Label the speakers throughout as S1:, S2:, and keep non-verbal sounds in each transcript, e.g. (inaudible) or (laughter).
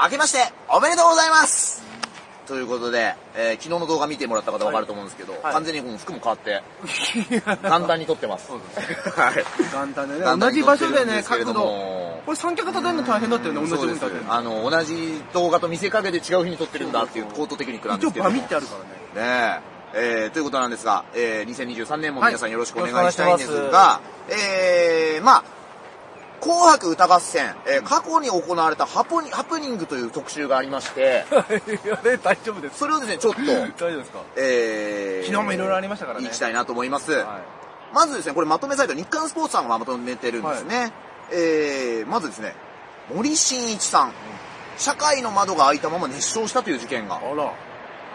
S1: 明けましておめでとうございますということで、えー昨日の動画見てもらった方分かると思うんですけど、
S2: はい
S1: 完全にこの服も変わ
S2: (laughs)
S1: って、簡単に撮ってます。はい。
S2: 簡単でね。
S1: 簡
S2: 同
S1: 単
S2: じ
S1: に
S2: 場
S1: 撮って
S2: 所
S1: る
S2: で
S1: んで
S2: ね、
S1: すけれ
S2: 角
S1: ど
S2: 度。こ
S1: も
S2: れ三脚立てるの大変だったよね、同じ
S1: そう
S2: 分
S1: です
S2: 立てるの。
S1: あの、同じ動画と見せかけて違う日に撮ってるんだっていうコートテクニックなん
S2: 一
S1: で
S2: 応
S1: すけど
S2: バ
S1: も。
S2: ミってあるからね。
S1: ねええーということなんですが、えー2023年も皆さん
S2: はい
S1: よろしくお願いしたいんですが、えーまあ、紅白歌合戦、えー過去に行われたハポニハプニングという特集がありまして、
S2: (laughs) いやね、大丈夫です。
S1: それをですね、ち
S2: (laughs)
S1: ょっと、
S2: 大丈夫ですか
S1: えー
S2: 昨日もいろいろありましたからね
S1: 行きたいなと思います。
S2: はい
S1: まずですね、これまとめサイト、日刊スポーツさんがまとめてるんですね。えーまずですね、森進一さん、社会の窓が開いたまま熱唱したという事件が
S2: あ、ら。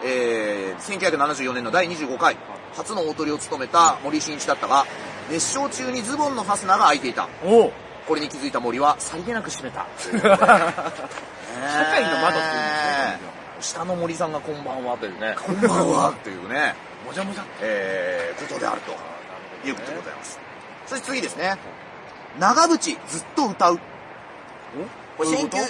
S1: えー1974年の第25回、初の大トリを務めた森進一だったが、熱唱中にズボンのファスナーが開いていた。
S2: おう
S1: これに気づいた森は、さりげなく閉めた。社
S2: 社会の窓っていうんですね。
S1: 下の森さんがこんばんはというね。こんばんはっていうね、
S2: もじゃもじゃ。
S1: えーことであると。いうことでござい
S2: い
S1: ます。そして次ですね。長渕ずっと歌う。これ
S2: どうい
S1: 19
S2: うこと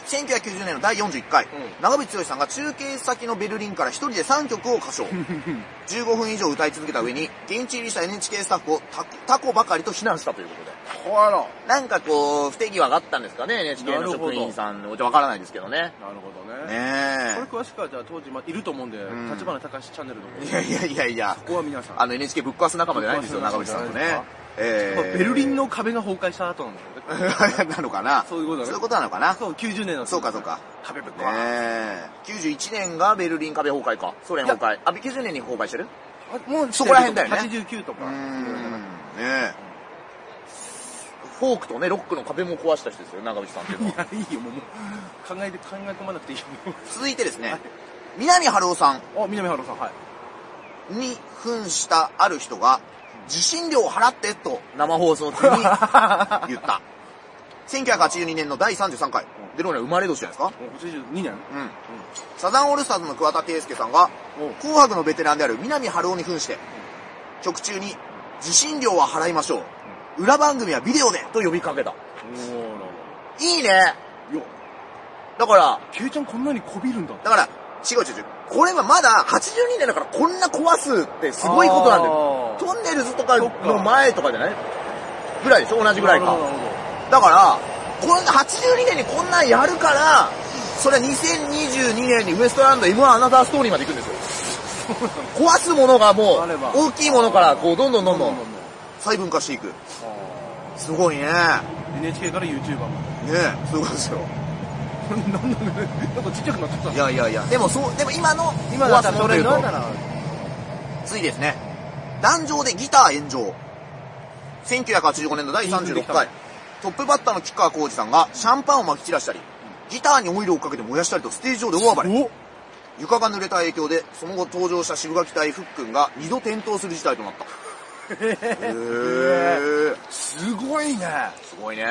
S1: 1990年の第41回、
S2: ん
S1: 長渕剛さんが中継先のベルリンから一人で3曲を歌 (laughs) 唱。15分以上歌い続けた上に、現地入りした NHK スタッフをタコタコばかりと非難したということで。
S2: おあら。
S1: なんかこう、不手際があったんですかね、NHK
S2: な
S1: の
S2: るほど
S1: 職員さんの。わからないですけどね。
S2: なるほどね。これ
S1: ね
S2: 詳しくはじゃあ当時まいると思うんで、
S1: ん
S2: 立花隆チャンネルの方
S1: え。いやいやいやいや
S2: こ、こは皆さん
S1: あの NHK ぶっ壊す仲間じゃないんですよ、
S2: ぶっ
S1: 長渕
S2: 壊す
S1: さ
S2: 仲
S1: んと
S2: 間じゃな
S1: ね
S2: いですか。
S1: え
S2: まあ
S1: ー
S2: ベ
S1: (laughs)
S2: ルリンの壁が崩壊した後なんだよね
S1: なのかな
S2: そういうことだね
S1: そういうことなのかな
S2: そう90年だった
S1: そうかそうか
S2: 壁ぶっ壊
S1: ねえ91年がベルリン壁崩壊かソ連崩壊あ90年に崩壊してる
S2: あもう
S1: そこら辺だよね
S2: 89とか
S1: ねえフォークとねロックの壁も壊した人ですよ長渕さんっていう
S2: い
S1: のは
S2: やいいよもうもう考えて考え込まなくていいよ
S1: 続いてですね
S2: はい
S1: 南春夫さ
S2: あ南原
S1: (laughs)
S2: さんはい
S1: んに扮したある人が受信料を払ってと生放送中に (laughs) 言った1982年の第33回デローニャ生まれ年じゃないですか
S2: もう82年
S1: うんサザンオールスターズの桑田佳祐さんが
S2: おう
S1: 紅白のベテランである南春夫に扮して、曲中に、受信料は払いましょう。裏番組はビデオでと呼びかけた。
S2: おおら
S1: いいね
S2: らよ
S1: だから、
S2: ケイちゃんこんなにこびるんだ
S1: だから、違う違う違う。これはまだ82年だからこんな壊すってすごいことなんだよ
S2: あ。ー
S1: トンネルズとか
S2: そっか
S1: の前とかじゃないぐらいでしょ同じぐらい
S2: なる
S1: か
S2: ほ。どなるほ
S1: だから、こんな82年にこんなんやるから、それは2022年にウエストランド M1 アナザーストーリーまで行くんです
S2: (laughs)
S1: よ。壊すものがもう
S2: あれば、
S1: 大きいものからこうどんどんどんど
S2: どんど
S1: ん
S2: んどん
S1: 細分化していく。
S2: どん
S1: すごいね。ね
S2: あー NHK から YouTuber まで (laughs)
S1: え、そういうことですよ。
S2: なんだろうねなんかちっちゃくなっちゃった
S1: いやいやいや。でもそう、でも今の
S2: 今だったら
S1: 壊すも
S2: そ
S1: のとい
S2: れ
S1: う
S2: なん
S1: と
S2: だ、ろう
S1: ついですね。壇上でギター炎上。1985年の第36回、トップバッターの吉川浩司さんがシャンパンを撒き散らしたり、ギターにオイルをかけて燃やしたりとステージ上で大暴れ。
S2: お
S1: 床が濡れた影響で、その後登場した渋垣隊福君が二度転倒する事態となった。へー。
S2: すごいね
S1: すごいね。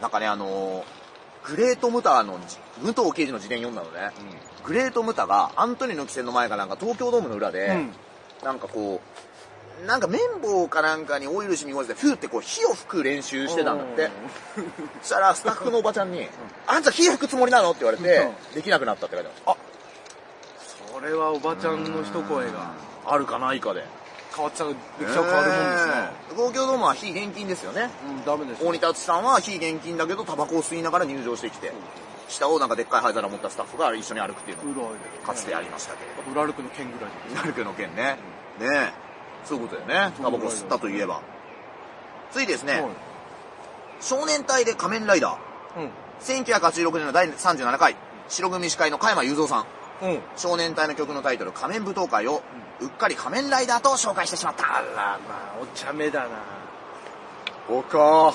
S1: なんかね、あのーグレートムタのじ、武藤刑事の自伝読んだのね、グレートムタがアントニーの汽船の前かなんか東京ドームの裏で、
S2: うん
S1: なんかこう、なんか綿棒かなんかにオイル染み込んでて、ふーってこう火を吹く練習してたんだって。そしたらスタッフのおばちゃんに、あんた火吹くつもりなのって言われて、できなくなったって書いてまし
S2: それはおばちゃんの一声が
S1: た。あるかないかで。
S2: 変わっちゃう歴史は変わるもんですね、
S1: えー東京ドームは非現金ですよね。
S2: うんダメです
S1: 大仁田敦さんは非現金だけどタバコを吸いながら入場してきて、下をなんかでっかい灰皿持ったスタッフが一緒に歩くっていう
S2: う
S1: の
S2: ら
S1: がかつてありましたけれど。
S2: ウラルクの剣ぐらい
S1: なるけの件ね。ねえ。そういうことだよね。タバコ吸ったといえば。ついです
S2: で
S1: ね、少年隊で仮面ライダー。
S2: う
S1: 1986年の第37回、白組司会の加山雄三さん。
S2: んうん
S1: 少年隊の曲のタイトル、仮面舞踏会を、うっかり仮面ライダーと紹介してしまった。
S2: らまあお茶目だな
S1: (laughs) おか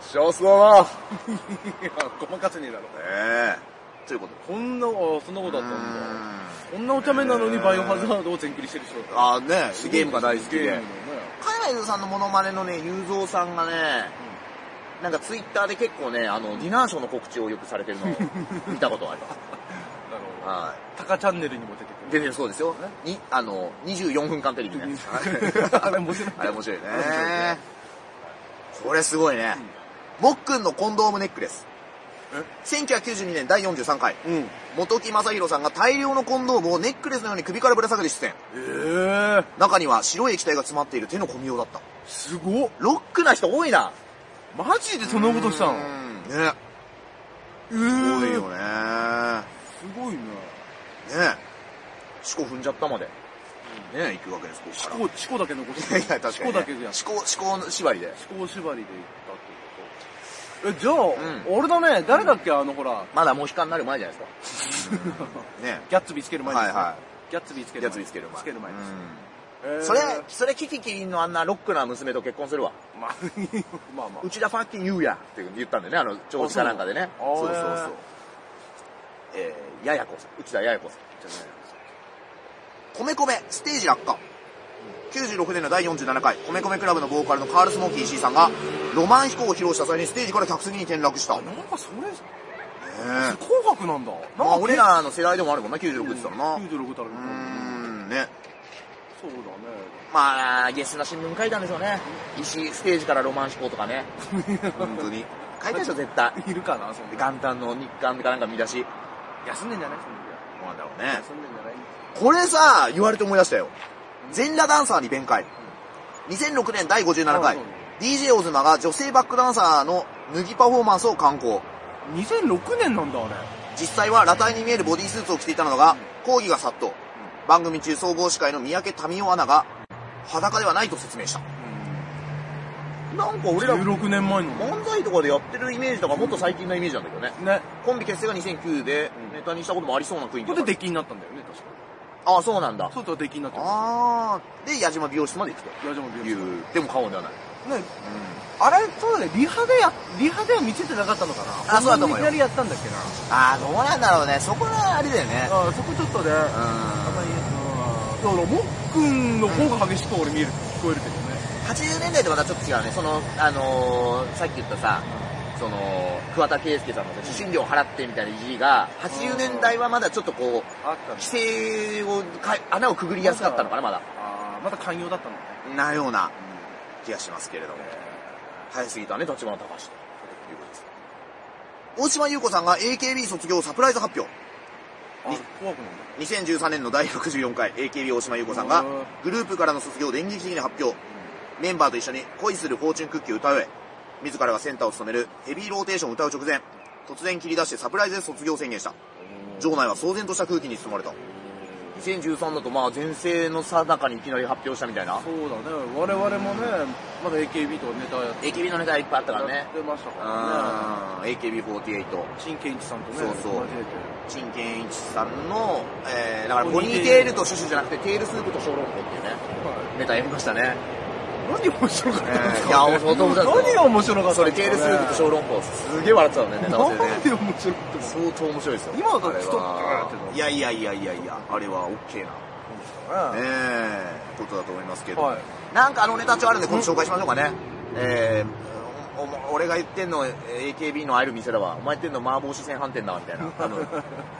S1: 幸せだな。ね
S2: いやごまかせねえだろ
S1: え。ということで。
S2: こんなあそんなことあ
S1: う
S2: った
S1: ん
S2: だ
S1: ん
S2: こんなお茶目なのにバイオハザードを全クリしてる人
S1: ああね、ゲームが大好き
S2: ゲー
S1: で
S2: ムの。ね
S1: 海外さんのモノマネのね、雄三さんがね、なんかツイッターで結構ね、あの、ディナーショーの告知をよくされてるの (laughs) を見たことがありま
S2: なる
S1: す。
S2: ほど
S1: は
S2: タカチャンネルにも出て
S1: い。
S2: くる
S1: 出てるそうですよ。に、あの、24分間テレビね。 (laughs)
S2: あれ面白い
S1: あれ面白いね
S2: あれ面白いね。
S1: これすごいね。もっくんのコンドームネックレス。 1992年第43回、
S2: うん。
S1: 元木正宏さんが大量のコンドームをネックレスのように首からぶら下げて出演。
S2: えー、
S1: 中には白い液体が詰まっている手の込みようだった。
S2: すごっ。
S1: ロックな人多いな。
S2: マジでそんなことした
S1: う
S2: の
S1: んね。
S2: え
S1: 多い
S2: ー
S1: よね。
S2: すご
S1: ね
S2: いな。
S1: え。四股踏んじゃったまで。ねえ、行くわけです、こ
S2: チ
S1: こ
S2: コ、チコだけ残し
S1: から。
S2: て。
S1: いや、確かに、ね。
S2: チコだけじゃん。チ
S1: 思考、思考縛りで。
S2: コ縛りで行ったってことえ、じゃあ、俺だね、誰だっけあの、ほら、
S1: まだモヒカンになる前じゃないですか。
S2: (laughs)
S1: ね
S2: ギャッツビーつける
S1: え。
S2: 前
S1: はいは
S2: はい。ギャッツビーつけ
S1: い。
S2: る
S1: や
S2: 前。
S1: つ見つける前。
S2: つける前で
S1: うん
S2: す。
S1: それ、それ、キキキリンのあんなロックな娘と結婚するわ。
S2: まあ、 (laughs) まあまあ。
S1: 内田ファッキン言うやって言ったんだよね、あの、長寿かなんかでね。
S2: あそう
S1: そうそう
S2: あー
S1: そう。えー、ややこさん。内田ややこさん。
S2: じゃない
S1: 米米、ステージ落下。96年の第47回、米米クラブのボーカルのカール・スモーキー石井さんが、ロマン飛行を披露した際にステージから客席に転落した。ね
S2: なんかそれ、
S1: え。
S2: 紅白なんだ。なん
S1: まあ、俺
S2: が
S1: らの世代でもあるもんな、96って言ったらな。う
S2: 96だろ
S1: ー。ん、ね。
S2: そうだね。
S1: まあ、ゲスな新聞書いたんでしょうね。石井、ステージからロマン飛行とかね。 (laughs) 本当に。書いたでしょ、絶対。
S2: いるかな、そんな。
S1: 元旦の日刊かなんか見出し。ど
S2: 休んでんじゃないそ
S1: うな
S2: の時は
S1: んだろうね。
S2: 休んでんじゃない
S1: これさ、言われて思い出したよ。全裸ダンサーに弁解。2006年第57回
S2: あそう、
S1: DJ オズマが女性バックダンサーの脱ぎパフォーマンスを敢行。
S2: 2006年なんだ、あれ。
S1: 実際は裸体に見えるボディスーツを着ていたのが、抗議が殺到。番組中総合司会の三宅民夫アナが、裸ではないと説明した。なんか俺ら、
S2: 16年前の。
S1: 漫才とかでやってるイメージとかもっと最近のイメージなんだけどね。
S2: ね。
S1: コンビ結成が2009で、ネタにしたこともありそうな雰囲気
S2: こ
S1: だか
S2: こで
S1: ら。
S2: 出禁になったんだよね、確か。
S1: ああ、そうなんだ。
S2: そうだ、出禁になってる。
S1: ああ、で、矢島美容室まで行くと。
S2: 矢島美
S1: い
S2: 容師
S1: う、でも過言ではない。
S2: ね、あれ、そうだね、リハでや、リハでは見せてなかったのかな
S1: あそうだと思うよ
S2: いきなりやったんだっけな。
S1: ああ、どうなんだろうね。そこがあれだよね。
S2: あーそこちょっとね、
S1: う
S2: あんま
S1: ん。
S2: り、だから、もっくんの方が激しく俺見える、聞こえるけどね。
S1: 80年代とまたちょっと違うね。その、あのー、さっき言ったさ、その、桑田佳祐さんの受信料払ってみたいな意地が、80年代はまだちょっとこう、
S2: あった
S1: 規制をかい、穴をくぐりやすかったのかな、まだ。
S2: あーまだ寛容だったのね。
S1: なような気がしますけれども。
S2: え
S1: 早すぎたね、立花隆史ということです。大島優子さんが AKB 卒業サプライズ発表。
S2: ーあ、怖くなんだ。
S1: 2013年の第64回 AKB 大島優子さんがグループからの卒業を電撃的に発表。メンバーと一緒に恋するフォーチュンクッキーを歌うえ、自らがセンターを務めるヘビーローテーションを歌う直前、突然切り出してサプライズで卒業宣言した。場内は騒然とした空気に包まれた。2013だとまあ前世のさ中にいきなり発表したみたいな。
S2: そうだね、我々もね、まだ AKB とネタやっ
S1: AKB のネタいっぱいあったからね
S2: や。ってました
S1: う
S2: からね。
S1: ーん、AKB48。
S2: 陳建一さんとね、
S1: そうそう
S2: 交えて
S1: 陳建一さんの、えー、だからポニーテールとシュシュじゃなくてテールスープと小籠包っていうね、
S2: は
S1: ネタやりましたね。
S2: い。何面白かったんですか、
S1: いや面白かった
S2: 何が面白かった
S1: そ
S2: ん
S1: れ
S2: ですかね
S1: テールスープと小籠包すげえ笑ってたのね、ネタ合わせでね
S2: 何。で面白かったんですか
S1: 相当面白いですよ。
S2: 今だと
S1: あれ
S2: ストップやってたの
S1: いやいやいやいやいや、あれは OK な、
S2: ね
S1: ねえ、ことだと思いますけど。
S2: はい
S1: なんかあのネタ帳あるんで、今度紹介しましょうかね。えーおお俺が言ってんの、えー AKB のある店だわ。お前言ってんの麻婆四川飯店だわ、みたいな。多
S2: (laughs)
S1: 分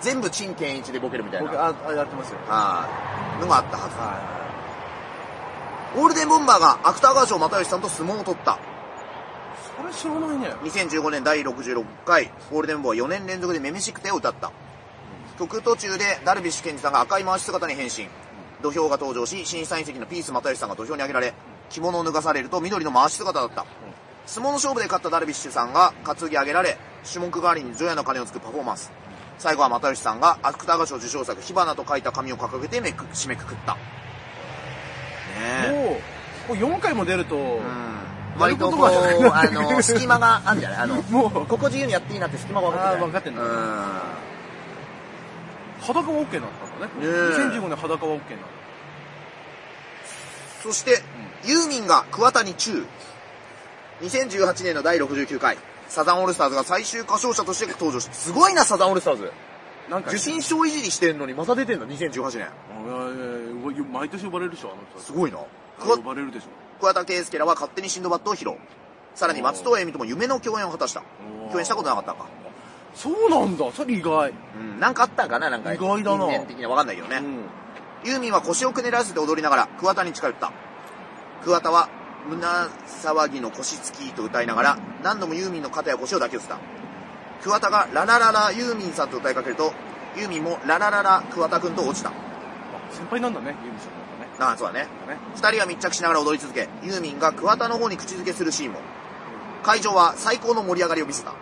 S1: 全部陳建一でボケるみたいな。
S2: 僕
S1: は
S2: ああやってますよ
S1: い。のがあったはず。
S2: は
S1: ゴールデンボンバーが芥川賞又吉さんと相撲を取った。
S2: いそれ知らないね
S1: 2015年第66回、ゴールデンボンは4年連続でめめしくてを歌った。曲途中でダルビッシュ健二さんが赤い回し姿に変身。土俵が登場し、審査員席のピース又吉さんが土俵に上げられ、着物を脱がされると緑の回し姿だった。相撲の勝負で勝ったダルビッシュさんが担ぎ上げられ、種目代わりに除夜の鐘をつくパフォーマンス。最後は又吉さんが芥川賞受賞作火花と書いた紙を掲げてめく締めくくった。ねえ。
S2: もうもう4回も出ると、
S1: うん
S2: や
S1: 割
S2: ることと
S1: こ
S2: が
S1: う、あ
S2: なくなる
S1: の、隙間があるんじゃないあの、
S2: (laughs) もう
S1: ここ自由にやっていいなって隙間が分かってる。
S2: あー分かってんだ裸は OK になったんだね
S1: ねえ
S2: 2015年裸は OK になっ
S1: そして、ユーミンが桑田に中。2018年の第69回、サザンオールスターズが最終歌唱者として登場した。すごいな、サザンオールスターズ。
S2: たなんか
S1: 受信証いじりしてんのにまた出てんの、2018年。
S2: いやいやいや毎年呼ばれるでしょあの人たち
S1: すごいな。
S2: 呼
S1: 桑
S2: ばれるでしょ
S1: 桑田佳祐らは勝手にシンドバッドを披露。さらに松任谷由実とも夢の共演を果たした。共演したことなかったか。
S2: そうなんだそれ意外、
S1: うん、なんかあったんかな、なんか。
S2: 意外だな
S1: 因縁的には分かんないけどね。
S2: うん
S1: ユーミンは腰をくねらせて踊りながら桑田に近寄った。桑田は胸騒ぎの腰つきと歌いながら何度もユーミンの肩や腰を抱き寄せた。桑田がララララユーミンさんと歌いかけると、ユーミンもララララ桑田くんと落ちた。
S2: 先輩なんだね、ユーミンさんなんかね。
S1: ああ、そうだね。
S2: なんかね
S1: 二人が密着しながら踊り続け、ユーミンが桑田の方に口づけするシーンも。会場は最高の盛り上がりを見せた。
S2: な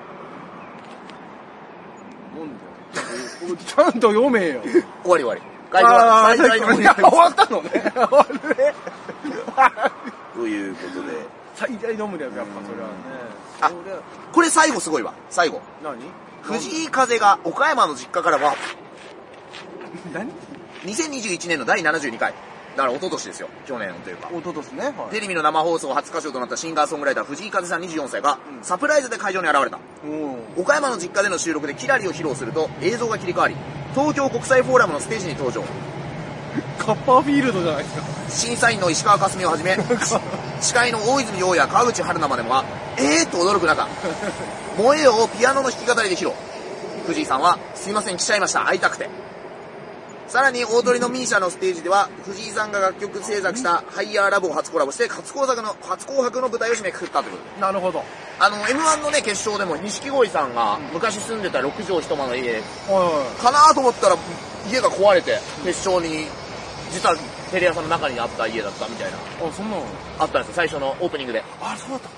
S2: んだよ。ちゃんと読めよ。
S1: 終わり終わり。会場は最大の盛り上がりを
S2: 終わったのね。終わるね。
S1: ということで。
S2: 最大の無理やっぱそれはね。
S1: あ
S2: それは
S1: これ最後すごいわ。最後。
S2: 何
S1: 藤井風が岡山の実家からは、
S2: 何
S1: 2021年の第72回。だから一昨年ですよ。去年というか。
S2: おととしね。はい
S1: テレビの生放送初歌唱となったシンガーソングライター藤井風さん24歳が
S2: うん
S1: サプライズで会場に現れた。
S2: おー
S1: 岡山の実家での収録でキラリを披露すると映像が切り替わり、東京国際フォーラムのステージに登場。
S2: カッパーフィールドじゃないですか。
S1: 審査員の石川佳純をは (laughs) じめ、司会の大泉洋や川口春奈までもが、えーっと驚く中、萌えよをピアノの弾き語りで披露。藤井さんは、すいません、来ちゃいました、会いたくて。さらに、大鳥のミーシャのステージでは、藤井さんが楽曲制作したハイヤーラブを初コラボして、初紅白の、初紅白の舞台を締めくくったということで。
S2: なるほど。
S1: あの、M1 のね、決勝でも、錦鯉さんが、昔住んでた6畳一間の家、
S2: は
S1: かなと思ったら、家が壊れて、決勝に、実はテレ朝の中にあった家だったみたいな。
S2: いはい。あ、そんなの
S1: あったんですよ、最初のオープニングで。
S2: あ、そうだったか。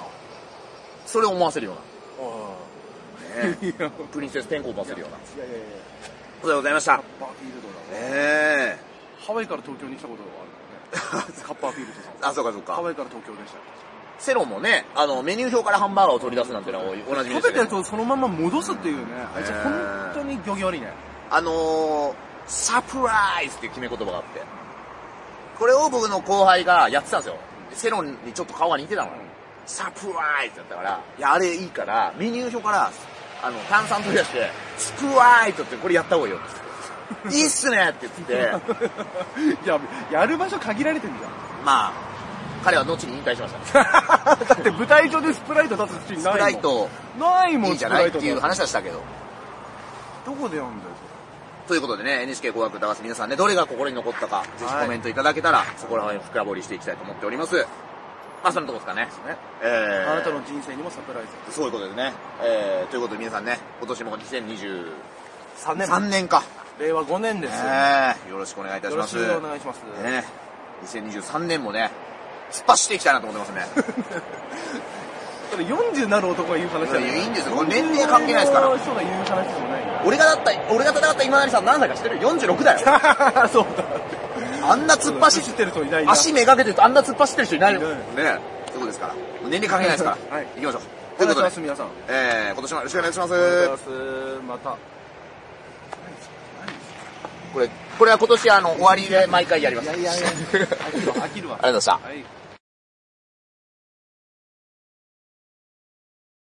S1: それを思わせるよ
S2: あ
S1: うな。ね
S2: いやいやいやいや。
S1: (laughs) プリンセス天候を思わせるような。そうでございまし
S2: カ
S1: た
S2: ッ。パーフィールドだね。
S1: ええ
S2: ハワイから東京に来たことがあるからね。カッパーフィールドさん。
S1: あ、そうかそう
S2: ハ
S1: か。
S2: ワイから東京でした。
S1: セロンもね、あの、メニュー表からハンバーガーを取り出すなんてのはおなじみで
S2: 食
S1: す
S2: べ
S1: け
S2: たやつ
S1: ど、
S2: をそのまま戻すっていうね。あいつ
S1: へー
S2: 本当に漁業悪いね。 (laughs)
S1: あのー、サプライズっていう決め言葉があって、これを僕の後輩がやってたんですよ。セロンにちょっと顔が似てたのよ。サプライズだったから、いや、あれいいから、メニュー表から、あの、炭酸取り出して、スプライトってこれやった方がいいよって (laughs) いいっすねって言って、
S2: いや、やる場所限られてんじゃ (laughs) ん。
S1: まあ、彼は後に引退しました。
S2: (laughs)
S1: ス
S2: だって舞台上でスプライト出す口ないもん。
S1: プライト
S2: ないもん、
S1: いいじゃないっていう
S2: スプライ
S1: 話はしたけど。
S2: トなんてどこでやんだよ、
S1: ということでね、NHK 紅白歌合戦皆さんね、どれが心に残ったか、ぜひコメントいただけたら、そこら辺深掘りしていきたいと思っております。まあ、そのとこですかね。
S2: それ。ね。
S1: えー、
S2: あなたの人生にもサプライズ。
S1: そういうことですね。えー、ということで皆さんね、今年も2023
S2: 3年
S1: 年か。
S2: 令和5年で
S1: え
S2: す。
S1: ー、よろしくお願いいたし
S2: よろ
S1: ま
S2: し
S1: す。
S2: くお願いします。
S1: ね、2023年もね、突っ走っていきたいなと思ってますね。
S2: それ40になる男が言う話じゃない
S1: いやいいんですよこれ年齢関係ないですから
S2: 40の人が言う話じゃないか
S1: 俺がだった、俺が戦った今成さん何歳か知ってる ?46 だよ。 (laughs)
S2: ら。そうだ。
S1: あんな突っ走って
S2: 知ってる人いないな。
S1: 足めがけてあんな突っ走ってる人いないよ。
S2: い
S1: ね
S2: ない
S1: え。そういうことですから。年齢関係ないです (laughs) から。
S2: はい
S1: 行きましょう。という
S2: お願い
S1: こ
S2: し
S1: と
S2: ま
S1: で、
S2: す、皆さん。
S1: えー、今年もよろしくお願いします。
S2: また。
S1: これ、これは今年あの、終わりで毎回やります。
S2: いやいやいや、飽きるわ、飽きるわ。
S1: ありがとうございました
S2: はい。